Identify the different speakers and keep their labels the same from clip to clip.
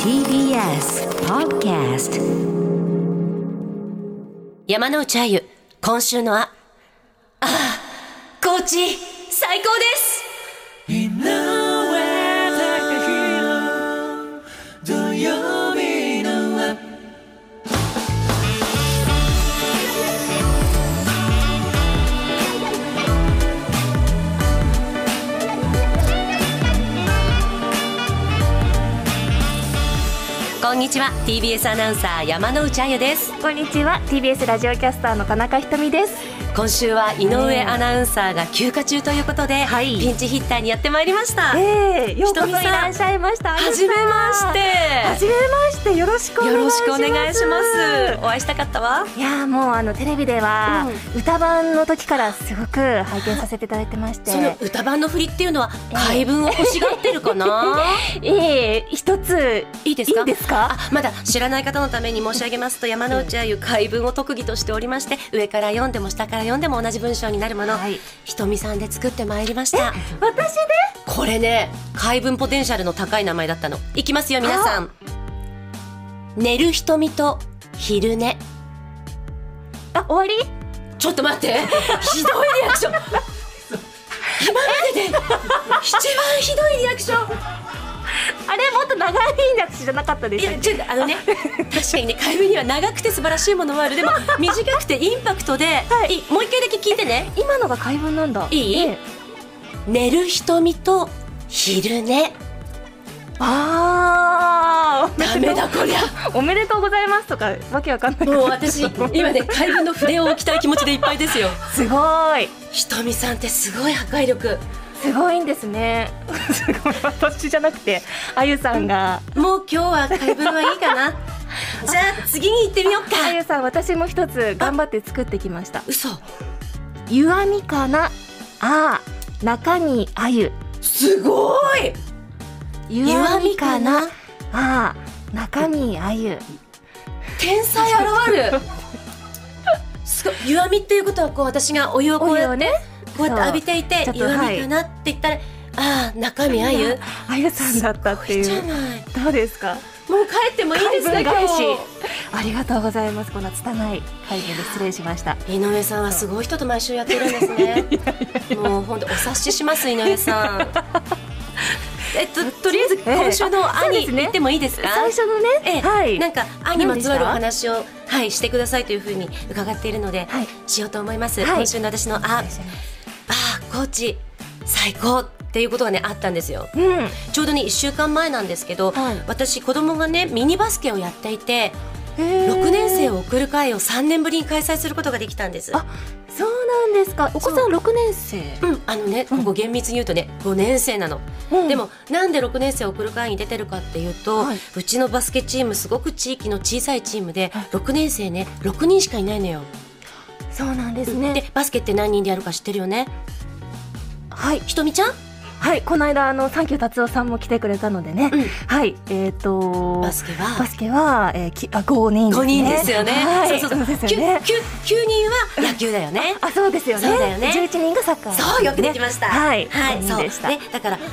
Speaker 1: TBS Podcast
Speaker 2: 山之内あゆ、今週のあ、ああ、コーチ、最高ですこんにちは、TBS アナウンサー山之内あゆです。
Speaker 3: こんにちは TBS ラジオキャスターの田中ひとみです
Speaker 2: 今週は井上アナウンサーが休暇中ということで、
Speaker 3: はい
Speaker 2: ピンチヒッターにやってまいりました。
Speaker 3: ええようこ
Speaker 2: ひと
Speaker 3: そ
Speaker 2: み
Speaker 3: い
Speaker 2: さん
Speaker 3: らっしゃいました
Speaker 2: はじめま
Speaker 3: は
Speaker 2: して。
Speaker 3: じめましてよろしくお
Speaker 2: よ
Speaker 3: 願
Speaker 2: ろ
Speaker 3: い
Speaker 2: し
Speaker 3: し
Speaker 2: くお
Speaker 3: ます
Speaker 2: 願いします。お会いしたかったわ。
Speaker 3: いやーもうあのテレビでは、歌版の時からすごく拝見させていただいてまして
Speaker 2: その歌版の振りっていうのは、怪文を欲しがってるかな。
Speaker 3: ええ一つ
Speaker 2: いいですか
Speaker 3: いいですか
Speaker 2: まだ知らない方のために申し上げますと山之内あゆ怪文を特技としておりまして上から読んでも下から読んでも同じ文章になるもの、
Speaker 3: はい
Speaker 2: ひとみさんで作ってまいりました
Speaker 3: 私で
Speaker 2: これね怪文ポテンシャルの高い名前だったのいきますよ皆さん寝る瞳と昼寝
Speaker 3: あ終わり
Speaker 2: ちょっと待って ひどいリアクション今までで一番ひどいリアクション
Speaker 3: あれもっと長いやつじゃなかったで
Speaker 2: い
Speaker 3: した
Speaker 2: や
Speaker 3: っ
Speaker 2: ちょっとあのね確かにね怪文には長くて素晴らしいものもあ るでも短くてインパクトで、いいもう一回だけ聞いてね
Speaker 3: け今のが怪文なんだ
Speaker 2: いい
Speaker 3: ええ
Speaker 2: 寝る瞳と昼寝
Speaker 3: ああ
Speaker 2: ダメだこりゃ
Speaker 3: おめでとうございますとかわけわかんない
Speaker 2: もう私今 ね怪文の筆を置きたい気持ちでいっぱいですよ
Speaker 3: すごい
Speaker 2: 瞳さんってすごい破壊力
Speaker 3: すごいんですね すごい私じゃなくてあゆさんが
Speaker 2: もう今日は怪文はいいか なじゃあ次に行ってみようか
Speaker 3: あゆさん私も一つ頑張って作ってきました
Speaker 2: 嘘
Speaker 3: 「ゆあみかなああ中にあゆ」
Speaker 2: すごい
Speaker 3: 「ゆあみかなああ中にあゆ
Speaker 2: 天才現 るすごい湯あみっていうことはこう私がお湯」をこ
Speaker 3: お
Speaker 2: う
Speaker 3: 湯
Speaker 2: やっ
Speaker 3: を
Speaker 2: て
Speaker 3: ね
Speaker 2: こうやって浴びていて
Speaker 3: ちょっと
Speaker 2: 弱みかなって言ったら、ああ中身あゆ
Speaker 3: あゆさんだったって
Speaker 2: じ
Speaker 3: い
Speaker 2: ゃ
Speaker 3: う
Speaker 2: ない
Speaker 3: どうですか
Speaker 2: もう帰ってもいいですか
Speaker 3: 怪
Speaker 2: 今
Speaker 3: 文返し
Speaker 2: 日
Speaker 3: ありがとうございますこの拙い会議で失礼しました
Speaker 2: 井上さんはすごい人と毎週やってるんです ねもう本当お察しします井上さんえっととりあえず今週の「あ」
Speaker 3: そう
Speaker 2: に
Speaker 3: ですね
Speaker 2: 行ってもいいですか
Speaker 3: 最初の
Speaker 2: え
Speaker 3: ね
Speaker 2: え
Speaker 3: はい
Speaker 2: なんか「あ」にまつわるお
Speaker 3: 何で
Speaker 2: 話をはいしてくださいというふうに伺っているので、
Speaker 3: はい
Speaker 2: しようと思います、
Speaker 3: はい
Speaker 2: 今週の私の「あ」「あ」「コーチ最高」っていうことがねあったんですよ
Speaker 3: うん
Speaker 2: ちょうどね1週間前なんですけど、
Speaker 3: はい
Speaker 2: 私子供がねミニバスケをやっていて
Speaker 3: 6
Speaker 2: 6年生を送る会を3年ぶりに開催することができたんです。
Speaker 3: あそうなんですかお子さん6年生
Speaker 2: うん、あのねここ厳密に言うとね5年生なの、
Speaker 3: うん
Speaker 2: でもなんで6年生を送る会に出てるかっていうと、
Speaker 3: はいう
Speaker 2: ちのバスケチームすごく地域の小さいチームで6年生ね6人しかいないのよ、
Speaker 3: そうなんですね
Speaker 2: でバスケって何人でやるか知ってるよね
Speaker 3: はい
Speaker 2: ひとみちゃん
Speaker 3: はいこの間あのサンキュー達夫さんも来てくれたのでね、
Speaker 2: うん
Speaker 3: はいえっ、と
Speaker 2: バスケは
Speaker 3: バスケは、えー、きあ5人です
Speaker 2: 5
Speaker 3: ね
Speaker 2: 人ですよね、
Speaker 3: はい、
Speaker 2: そうそうそう
Speaker 3: ですよね
Speaker 2: 9, 人は野球だよね
Speaker 3: あそうですよね
Speaker 2: そうだよね
Speaker 3: 11人がサッカー、
Speaker 2: そうよくできました。
Speaker 3: はい、
Speaker 2: はい、
Speaker 3: 五
Speaker 2: そ
Speaker 3: 人
Speaker 2: う
Speaker 3: でした、
Speaker 2: ね、だから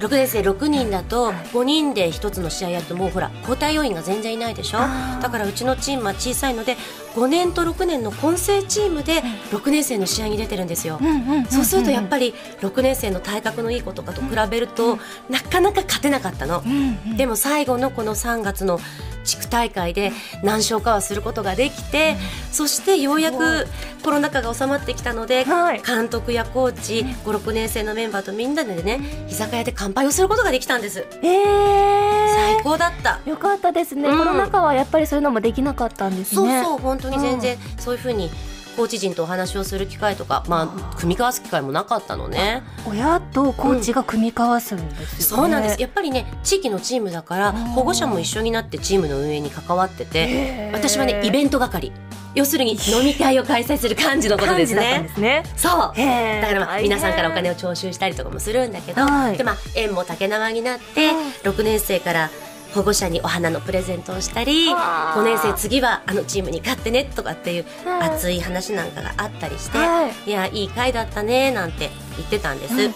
Speaker 2: 六年生六人だと五人で一つの試合やるともうほら交代要員が全然いないでしょ
Speaker 3: あ。ー
Speaker 2: だからうちのチームは小さいので五年と六年の混成チームで六年生の試合に出てるんですよ
Speaker 3: う。んうんんんん
Speaker 2: そうするとやっぱり6年生の体格のいい子とかと比べるとなかなか勝てなかったの
Speaker 3: う、んうん
Speaker 2: でも最後のこの3月の地区大会で何勝かはすることができて、そしてようやくコロナ禍が収まってきたので、
Speaker 3: はい
Speaker 2: 監督やコーチ56年生のメンバーとみんなでね居酒屋で乾杯をすることができたんです
Speaker 3: えー
Speaker 2: 最高だった、
Speaker 3: よかったですね、
Speaker 2: うん
Speaker 3: コロナ禍はやっぱりそういうのもできなかったんですね
Speaker 2: そうそう本当に全然そういうふうにコーチ陣とお話をする機会とか、まあ、組み交わす機会もなかったのね
Speaker 3: 親とコーチが組み交わすんですよね、
Speaker 2: そうなんですやっぱりね地域のチームだから
Speaker 3: ん
Speaker 2: 保護者も一緒になってチームの運営に関わってて、
Speaker 3: へー
Speaker 2: 私はねイベント係要するに飲み会を開催する幹事のことです
Speaker 3: 感じだったん
Speaker 2: ね
Speaker 3: ですね
Speaker 2: そう
Speaker 3: へー
Speaker 2: だからまあ皆さんからお金
Speaker 3: を
Speaker 2: を徴収したりとかもするんだけど、
Speaker 3: はい
Speaker 2: でまあ縁も竹縄になって
Speaker 3: うん
Speaker 2: 6年生から保護者にお花のプレゼントをしたり
Speaker 3: あー
Speaker 2: 5年生次はあのチームに勝ってねとかっていう
Speaker 3: はい
Speaker 2: 熱い話なんかがあったりして、、
Speaker 3: はい
Speaker 2: やいい回だったねなんて言ってたんです、
Speaker 3: うんうん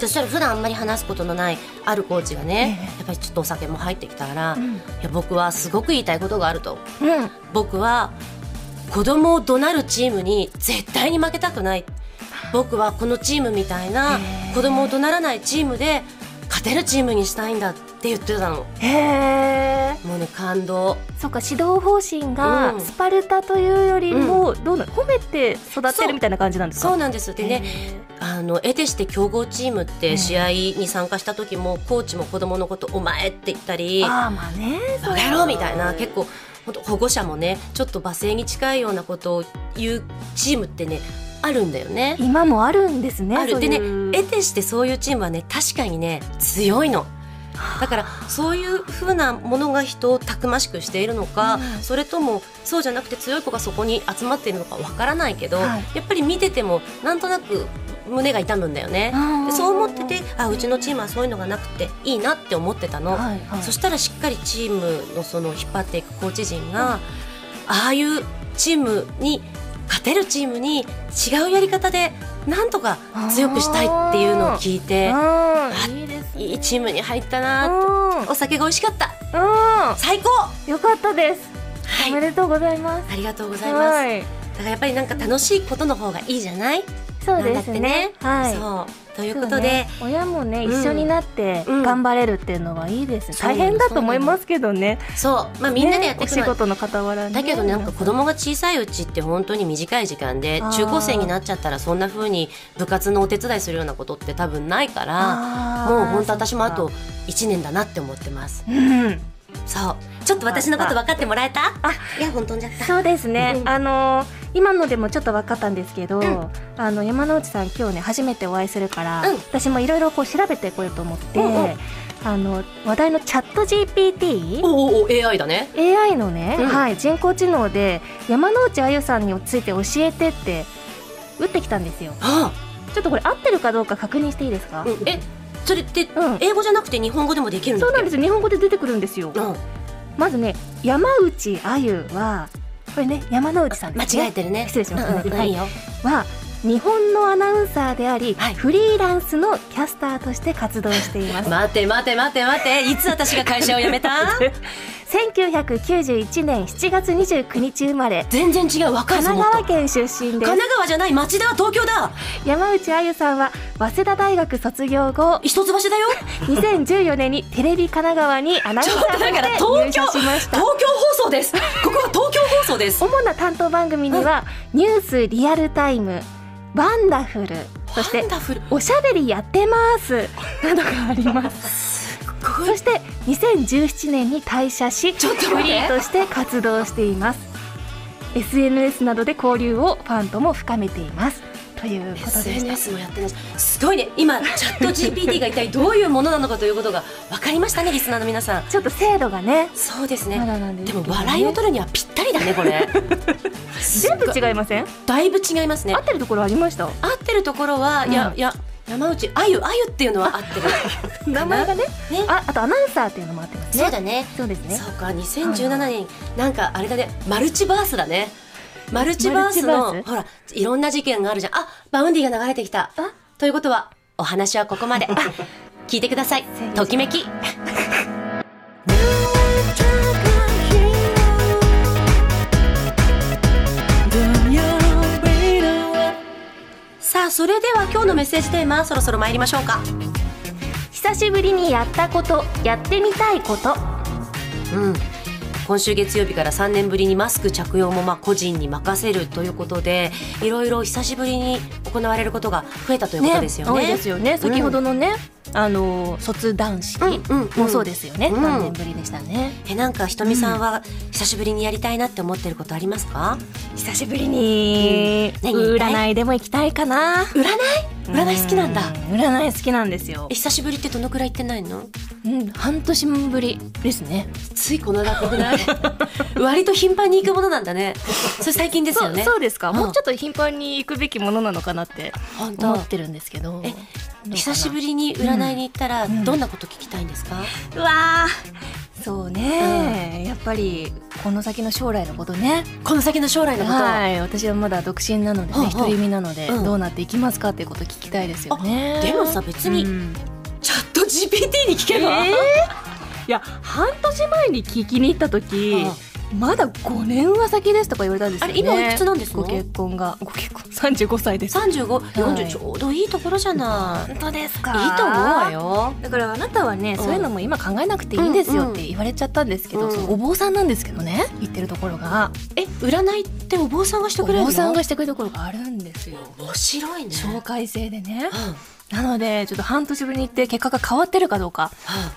Speaker 2: そしたら普段あんまり話すことのないあるコーチがね、
Speaker 3: え
Speaker 2: やっぱりちょっとお酒も入ってきたから、い
Speaker 3: ん
Speaker 2: や僕はすごく言いたいことがあると
Speaker 3: うん
Speaker 2: 僕は子供を怒鳴るチームに絶対に負けたくない僕はこのチームみたいな
Speaker 3: へー
Speaker 2: 子供を怒鳴らないチームで勝てるチームにしたいんだって言ってたの
Speaker 3: へえ
Speaker 2: もうね感動
Speaker 3: そうか指導方針が
Speaker 2: うん
Speaker 3: スパルタというよりもどうな褒めて育てるみたいな感じなんですか
Speaker 2: そうなんですでね、
Speaker 3: へー
Speaker 2: あの得てして強豪チームって試合に参加した時もコーチも子供のこと「お前」って言ったり
Speaker 3: ああまあね
Speaker 2: 「バカ野郎」みたいな結構ほんと保護者もねちょっと罵声に近いようなことを言うチームってねあるんだよね。
Speaker 3: 今もあるんですね
Speaker 2: ある
Speaker 3: そう
Speaker 2: で
Speaker 3: い
Speaker 2: ね
Speaker 3: う
Speaker 2: 得てしてそういうチームはね確かにね強いの。だからそういうふうなものが人をたくましくしているのか、
Speaker 3: うん
Speaker 2: それともそうじゃなくて強い子がそこに集まっているのかわからないけど、
Speaker 3: はい
Speaker 2: やっぱり見ててもなんとなく胸が痛むんだよね。
Speaker 3: あー
Speaker 2: でそう思っててあうちのチームはそういうのがなくていいなって思ってたの、
Speaker 3: はいはい
Speaker 2: そしたらしっかりチームのその引っ張っていくコーチ陣が、ああいうチームに勝てるチームに違うやり方でなんとか強くしたいっていうのを聞いて
Speaker 3: うんいいですね
Speaker 2: いいチームに入った
Speaker 3: う
Speaker 2: なー
Speaker 3: ん
Speaker 2: お酒が美味しかった
Speaker 3: う
Speaker 2: 最高
Speaker 3: んよかったです
Speaker 2: は
Speaker 3: おめ
Speaker 2: い
Speaker 3: でとうございます
Speaker 2: ありがとうございます、
Speaker 3: はい
Speaker 2: だからやっぱりなんか楽しいことの方がいいじゃない
Speaker 3: そうですね
Speaker 2: なんだってね
Speaker 3: はい
Speaker 2: そうとい
Speaker 3: と
Speaker 2: うことで、
Speaker 3: 親もね
Speaker 2: うん
Speaker 3: 一緒になって
Speaker 2: うん
Speaker 3: 頑張れるっていうのはいいですね
Speaker 2: そうな
Speaker 3: 大
Speaker 2: の
Speaker 3: 変だと思いますけどね
Speaker 2: そうまあみんなでやってい
Speaker 3: ねお
Speaker 2: くの
Speaker 3: 仕
Speaker 2: は
Speaker 3: 事の傍らに
Speaker 2: だけどねなんか子供が小さいうちって本当に短い時間で
Speaker 3: あー
Speaker 2: 中高生になっちゃったらそんな風に部活のお手伝いするようなことって多分ないから
Speaker 3: あー
Speaker 2: もう本当私もあ
Speaker 3: そっ
Speaker 2: と
Speaker 3: か
Speaker 2: 1年だなって思ってます
Speaker 3: うん
Speaker 2: そうちょっと私のこと分かってもらえたあいや本当にじゃった
Speaker 3: そうですね、
Speaker 2: うん
Speaker 3: あのー今のでもちょっと分かったんですけど、
Speaker 2: ん
Speaker 3: あの山之内さん今日ね初めてお会いするから、
Speaker 2: うん
Speaker 3: 私もいろいろこう調べてこようと思って、
Speaker 2: うんうん
Speaker 3: あの話題のチャット GPT
Speaker 2: おうおうおう AI だね
Speaker 3: AI のね、
Speaker 2: うん
Speaker 3: はい、人工知能で山之内あゆさんについて教えてって打ってきたんですよ
Speaker 2: あ
Speaker 3: ちょっとこれ合ってるかどうか確認していいですか、
Speaker 2: あ、うんえそれって
Speaker 3: うん
Speaker 2: 英語じゃなくて日本語でもできるんだ
Speaker 3: そうなんですすよ日本語で出てくるんですよ、まずね山内あゆはこれね山之内さんです、ね、
Speaker 2: 間違えてるね
Speaker 3: 失礼しました
Speaker 2: うんうん
Speaker 3: はい
Speaker 2: いいよ
Speaker 3: は日本のアナウンサーであり、
Speaker 2: はい
Speaker 3: フリーランスのキャスターとして活動してい ます
Speaker 2: 待て待て待て待ていつ私が会社を辞め た
Speaker 3: 1991年7月29日生まれ
Speaker 2: 全然違う若い
Speaker 3: 神
Speaker 2: ぞも
Speaker 3: 奈
Speaker 2: っと
Speaker 3: 川県出
Speaker 2: 神
Speaker 3: 身です
Speaker 2: 奈川じゃない町田東京だ
Speaker 3: 山内あゆさんは早稲田大学卒業後
Speaker 2: 一橋だよ
Speaker 3: 2014年にテレビ神奈川にアナウンサーとして
Speaker 2: ちょっとだから東京
Speaker 3: 入社しまし
Speaker 2: 東
Speaker 3: た
Speaker 2: 京放送ですここは東京放送です
Speaker 3: 主な担当番組には「ニュースリアルタイム」「ワンダフル」そし
Speaker 2: ワ
Speaker 3: て
Speaker 2: ンダフル
Speaker 3: 「おしゃべりやってます」などがあります
Speaker 2: こ
Speaker 3: そして2017年に退社し
Speaker 2: ちょっと
Speaker 3: フ
Speaker 2: 待
Speaker 3: リ
Speaker 2: って
Speaker 3: ーとして活動しています SNS などで交流をファンとも深めていますということでした
Speaker 2: SNS もやってないすごいね今チャット GPT が一体どういうものなのかということが分かりましたねリスナーの皆さん
Speaker 3: ちょっと精度がね
Speaker 2: そうです
Speaker 3: ま
Speaker 2: ね
Speaker 3: だなんで
Speaker 2: です
Speaker 3: けど
Speaker 2: も
Speaker 3: ね
Speaker 2: 笑いを取るにはぴったりだねこれ
Speaker 3: 全部違いません
Speaker 2: だいぶ違いますね
Speaker 3: 合ってるところありました
Speaker 2: 合ってるところは、いや
Speaker 3: うん
Speaker 2: いや山内あゆあゆっていうのは合ってる
Speaker 3: 名前がね
Speaker 2: ね
Speaker 3: ああとアナウンサーっていうのも合ってますね
Speaker 2: そうだね
Speaker 3: そうですね
Speaker 2: そうか2017年なんかあれだねマルチバースだねマルチバース
Speaker 3: マ
Speaker 2: の
Speaker 3: ルチバース
Speaker 2: ほらいろんな事件があるじゃんあバウンディが流れてきた
Speaker 3: あ
Speaker 2: ということはお話はここまであ聞いてください
Speaker 3: せーの
Speaker 2: ときめきさあそれでは今日のメッセージテーマそろそろ参りましょうか
Speaker 3: 久しぶりにやったことやってみたいこと
Speaker 2: うん、今週月曜日から3年ぶりにマスク着用もまあ個人に任せるということでいろいろ久しぶりに行われることが増えたということですよね。
Speaker 3: 多いですよね先ほどのね、あの卒男子
Speaker 2: うんうんうん
Speaker 3: もそうですよね、
Speaker 2: うん
Speaker 3: 何年ぶりでしたね
Speaker 2: えなんかひとみさんは久しぶりにやりたいなって思ってることありますか、
Speaker 3: 久しぶりに
Speaker 2: うん何
Speaker 3: 占いでも行きたいかな
Speaker 2: 占い占い好きなんだ
Speaker 3: う占い好きなんですよ
Speaker 2: え久しぶりってどのくらい行ってないの
Speaker 3: うん半年ぶりですね
Speaker 2: ついこの間っぽくない 割と頻繁に行くものなんだねそれ最近ですよね
Speaker 3: そうですか、
Speaker 2: うん
Speaker 3: もうちょっと頻繁に行くべきものなのかなって
Speaker 2: 本
Speaker 3: 思
Speaker 2: 当
Speaker 3: ってるんですけど
Speaker 2: え
Speaker 3: どうかな
Speaker 2: 久しぶりに占いに行ったらどんなこと聞きたいんですか、
Speaker 3: うわーそうね、やっぱりこの先の将来のことね
Speaker 2: この先の将来のこと
Speaker 3: はい私はまだ独身なので
Speaker 2: うんう
Speaker 3: ね
Speaker 2: ん
Speaker 3: 独り身なので
Speaker 2: うん
Speaker 3: どうなっていきますかっていうこと聞きたいですよね
Speaker 2: でもさ別に
Speaker 3: うん
Speaker 2: チャット GPT に聞けば、
Speaker 3: えーいや半年前に聞きに行った時
Speaker 2: あ
Speaker 3: まだ5年は先ですとか言われたんです
Speaker 2: あ
Speaker 3: よね
Speaker 2: れ今おいくつなんですか
Speaker 3: ご結婚がご結婚35歳です
Speaker 2: 3540、
Speaker 3: はい
Speaker 2: ちょうどいいところじゃない、
Speaker 3: 当です
Speaker 2: いいと思うわ
Speaker 3: よ
Speaker 2: よ
Speaker 3: だからあなたはね、
Speaker 2: ん
Speaker 3: そういうのも今考えなくていいです
Speaker 2: うん
Speaker 3: よ
Speaker 2: うん
Speaker 3: って言われちゃったんですけ
Speaker 2: う
Speaker 3: ど、
Speaker 2: ん
Speaker 3: そのお坊さんなんですけどね言ってるところが
Speaker 2: え占いってお坊さんがして
Speaker 3: お
Speaker 2: くれるの
Speaker 3: 坊さんがしてくれるところがあるんですよ
Speaker 2: 面白いね
Speaker 3: 紹介制でね
Speaker 2: うんうん
Speaker 3: なのでちょっと半年ぶりに行って結果が変わってるかどうか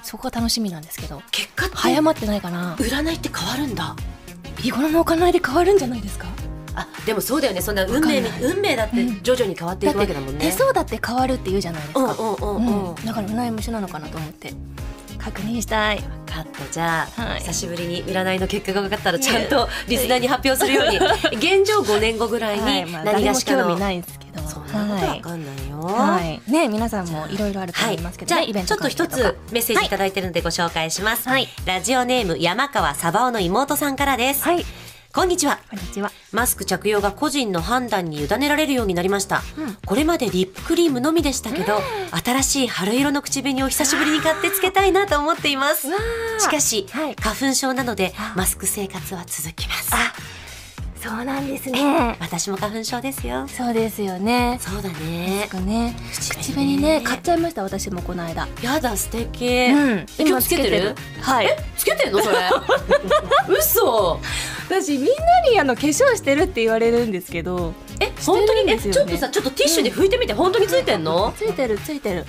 Speaker 3: そこが楽しみなんですけど
Speaker 2: 結果って
Speaker 3: 早まってないかな
Speaker 2: 占いって変わるんだ
Speaker 3: 日頃のお金で変わるんじゃないですか
Speaker 2: あでもそうだよねそんな運
Speaker 3: かんな
Speaker 2: 命
Speaker 3: い
Speaker 2: み運命だって
Speaker 3: うん
Speaker 2: 徐々に変わっていくわけだもんね、
Speaker 3: 手相だって変わるって言うじゃないです
Speaker 2: うん
Speaker 3: か、
Speaker 2: うんうんうん、
Speaker 3: うんだから占いも一緒なのかなと思って確認したい
Speaker 2: カットじゃあ、
Speaker 3: はい
Speaker 2: 久しぶりに占いの結果が分かったらちゃんとリスナーに発表するよ うに、現状5年後ぐらいに
Speaker 3: まあ
Speaker 2: 何
Speaker 3: 誰
Speaker 2: が
Speaker 3: も
Speaker 2: しかの、
Speaker 3: 興味ないんですけど
Speaker 2: そんなこと
Speaker 3: は
Speaker 2: はい分かんないよ、
Speaker 3: はい、ね皆さんもいろいろあると思いますけ
Speaker 2: じ
Speaker 3: ど
Speaker 2: ゃ
Speaker 3: ね、
Speaker 2: あ
Speaker 3: イベン
Speaker 2: ちょ
Speaker 3: ト
Speaker 2: っと一
Speaker 3: 関係
Speaker 2: つメッセージいただいてるのでご紹介します、
Speaker 3: はい
Speaker 2: ラジオネーム山川サバオの妹さんからです、
Speaker 3: はい
Speaker 2: こんにちは
Speaker 3: こんにちは
Speaker 2: マスク着用が個人の判断に委ねられるようになりました、
Speaker 3: うん
Speaker 2: これまでリップクリームのみでしたけど、新しい春色の口紅を久しぶりに買ってつけたいなと思っていますしかし、
Speaker 3: はい
Speaker 2: 花粉症なので
Speaker 3: あ
Speaker 2: マスク生活は続きます
Speaker 3: あそうなんですね
Speaker 2: 私も花粉症ですよ
Speaker 3: そうですよね
Speaker 2: そうだ
Speaker 3: な
Speaker 2: ね
Speaker 3: んかね口紅ね買っちゃいました私もこの間
Speaker 2: やだ素敵、
Speaker 3: うん
Speaker 2: 今つけてる
Speaker 3: はい
Speaker 2: つけてんのそれ 嘘
Speaker 3: 私みんなにあの化粧してるって言われるんですけど
Speaker 2: え本当に
Speaker 3: してるん
Speaker 2: え
Speaker 3: です
Speaker 2: ちょ
Speaker 3: よね
Speaker 2: っとさちょっとティッシュで拭いてみて、本当についてんの
Speaker 3: ついてるついてる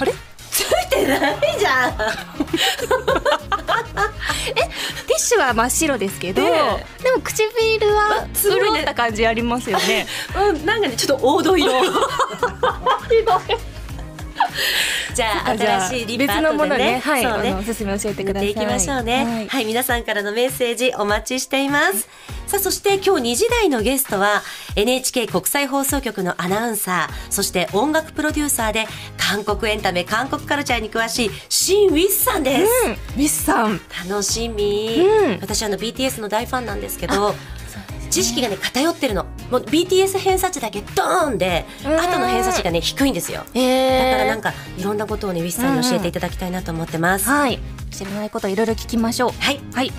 Speaker 3: あれ
Speaker 2: ついてないじゃん
Speaker 3: ティッシュは真っ白ですけど、
Speaker 2: ね
Speaker 3: でも唇は
Speaker 2: あすごいね
Speaker 3: 潤った感じありますよ ね
Speaker 2: うん、なんかね、ちょっと黄土 色。じゃあ、
Speaker 3: じゃあ
Speaker 2: 新しいリップ
Speaker 3: 別のものねはい、
Speaker 2: そう
Speaker 3: あのお
Speaker 2: ね。
Speaker 3: すすめ教えてく
Speaker 2: 塗っ
Speaker 3: ださ
Speaker 2: て
Speaker 3: い
Speaker 2: いきましょうね。は、
Speaker 3: はいい
Speaker 2: 皆さんからのメッセージお待ちしています。さあ、そして今日2時台のゲストは NHK 国際放送局のアナウンサー、そして音楽プロデューサーで韓国エンタメ、韓国カルチャーに詳しいシン・ウィスさんです。
Speaker 3: うん、ミスさん
Speaker 2: 楽しみ、
Speaker 3: うん
Speaker 2: 私あの BTS の大ファンなんですけど知識がね偏ってるのもう BTS 偏差値だけドーンで
Speaker 3: うん
Speaker 2: 後の偏差値がね低いんですよ
Speaker 3: え
Speaker 2: だから
Speaker 3: ー
Speaker 2: なんかいろんなことをねウィスさんに教えていただきたいなと思ってます、
Speaker 3: はい知らないこといろいろ聞きましょう
Speaker 2: はい
Speaker 3: はい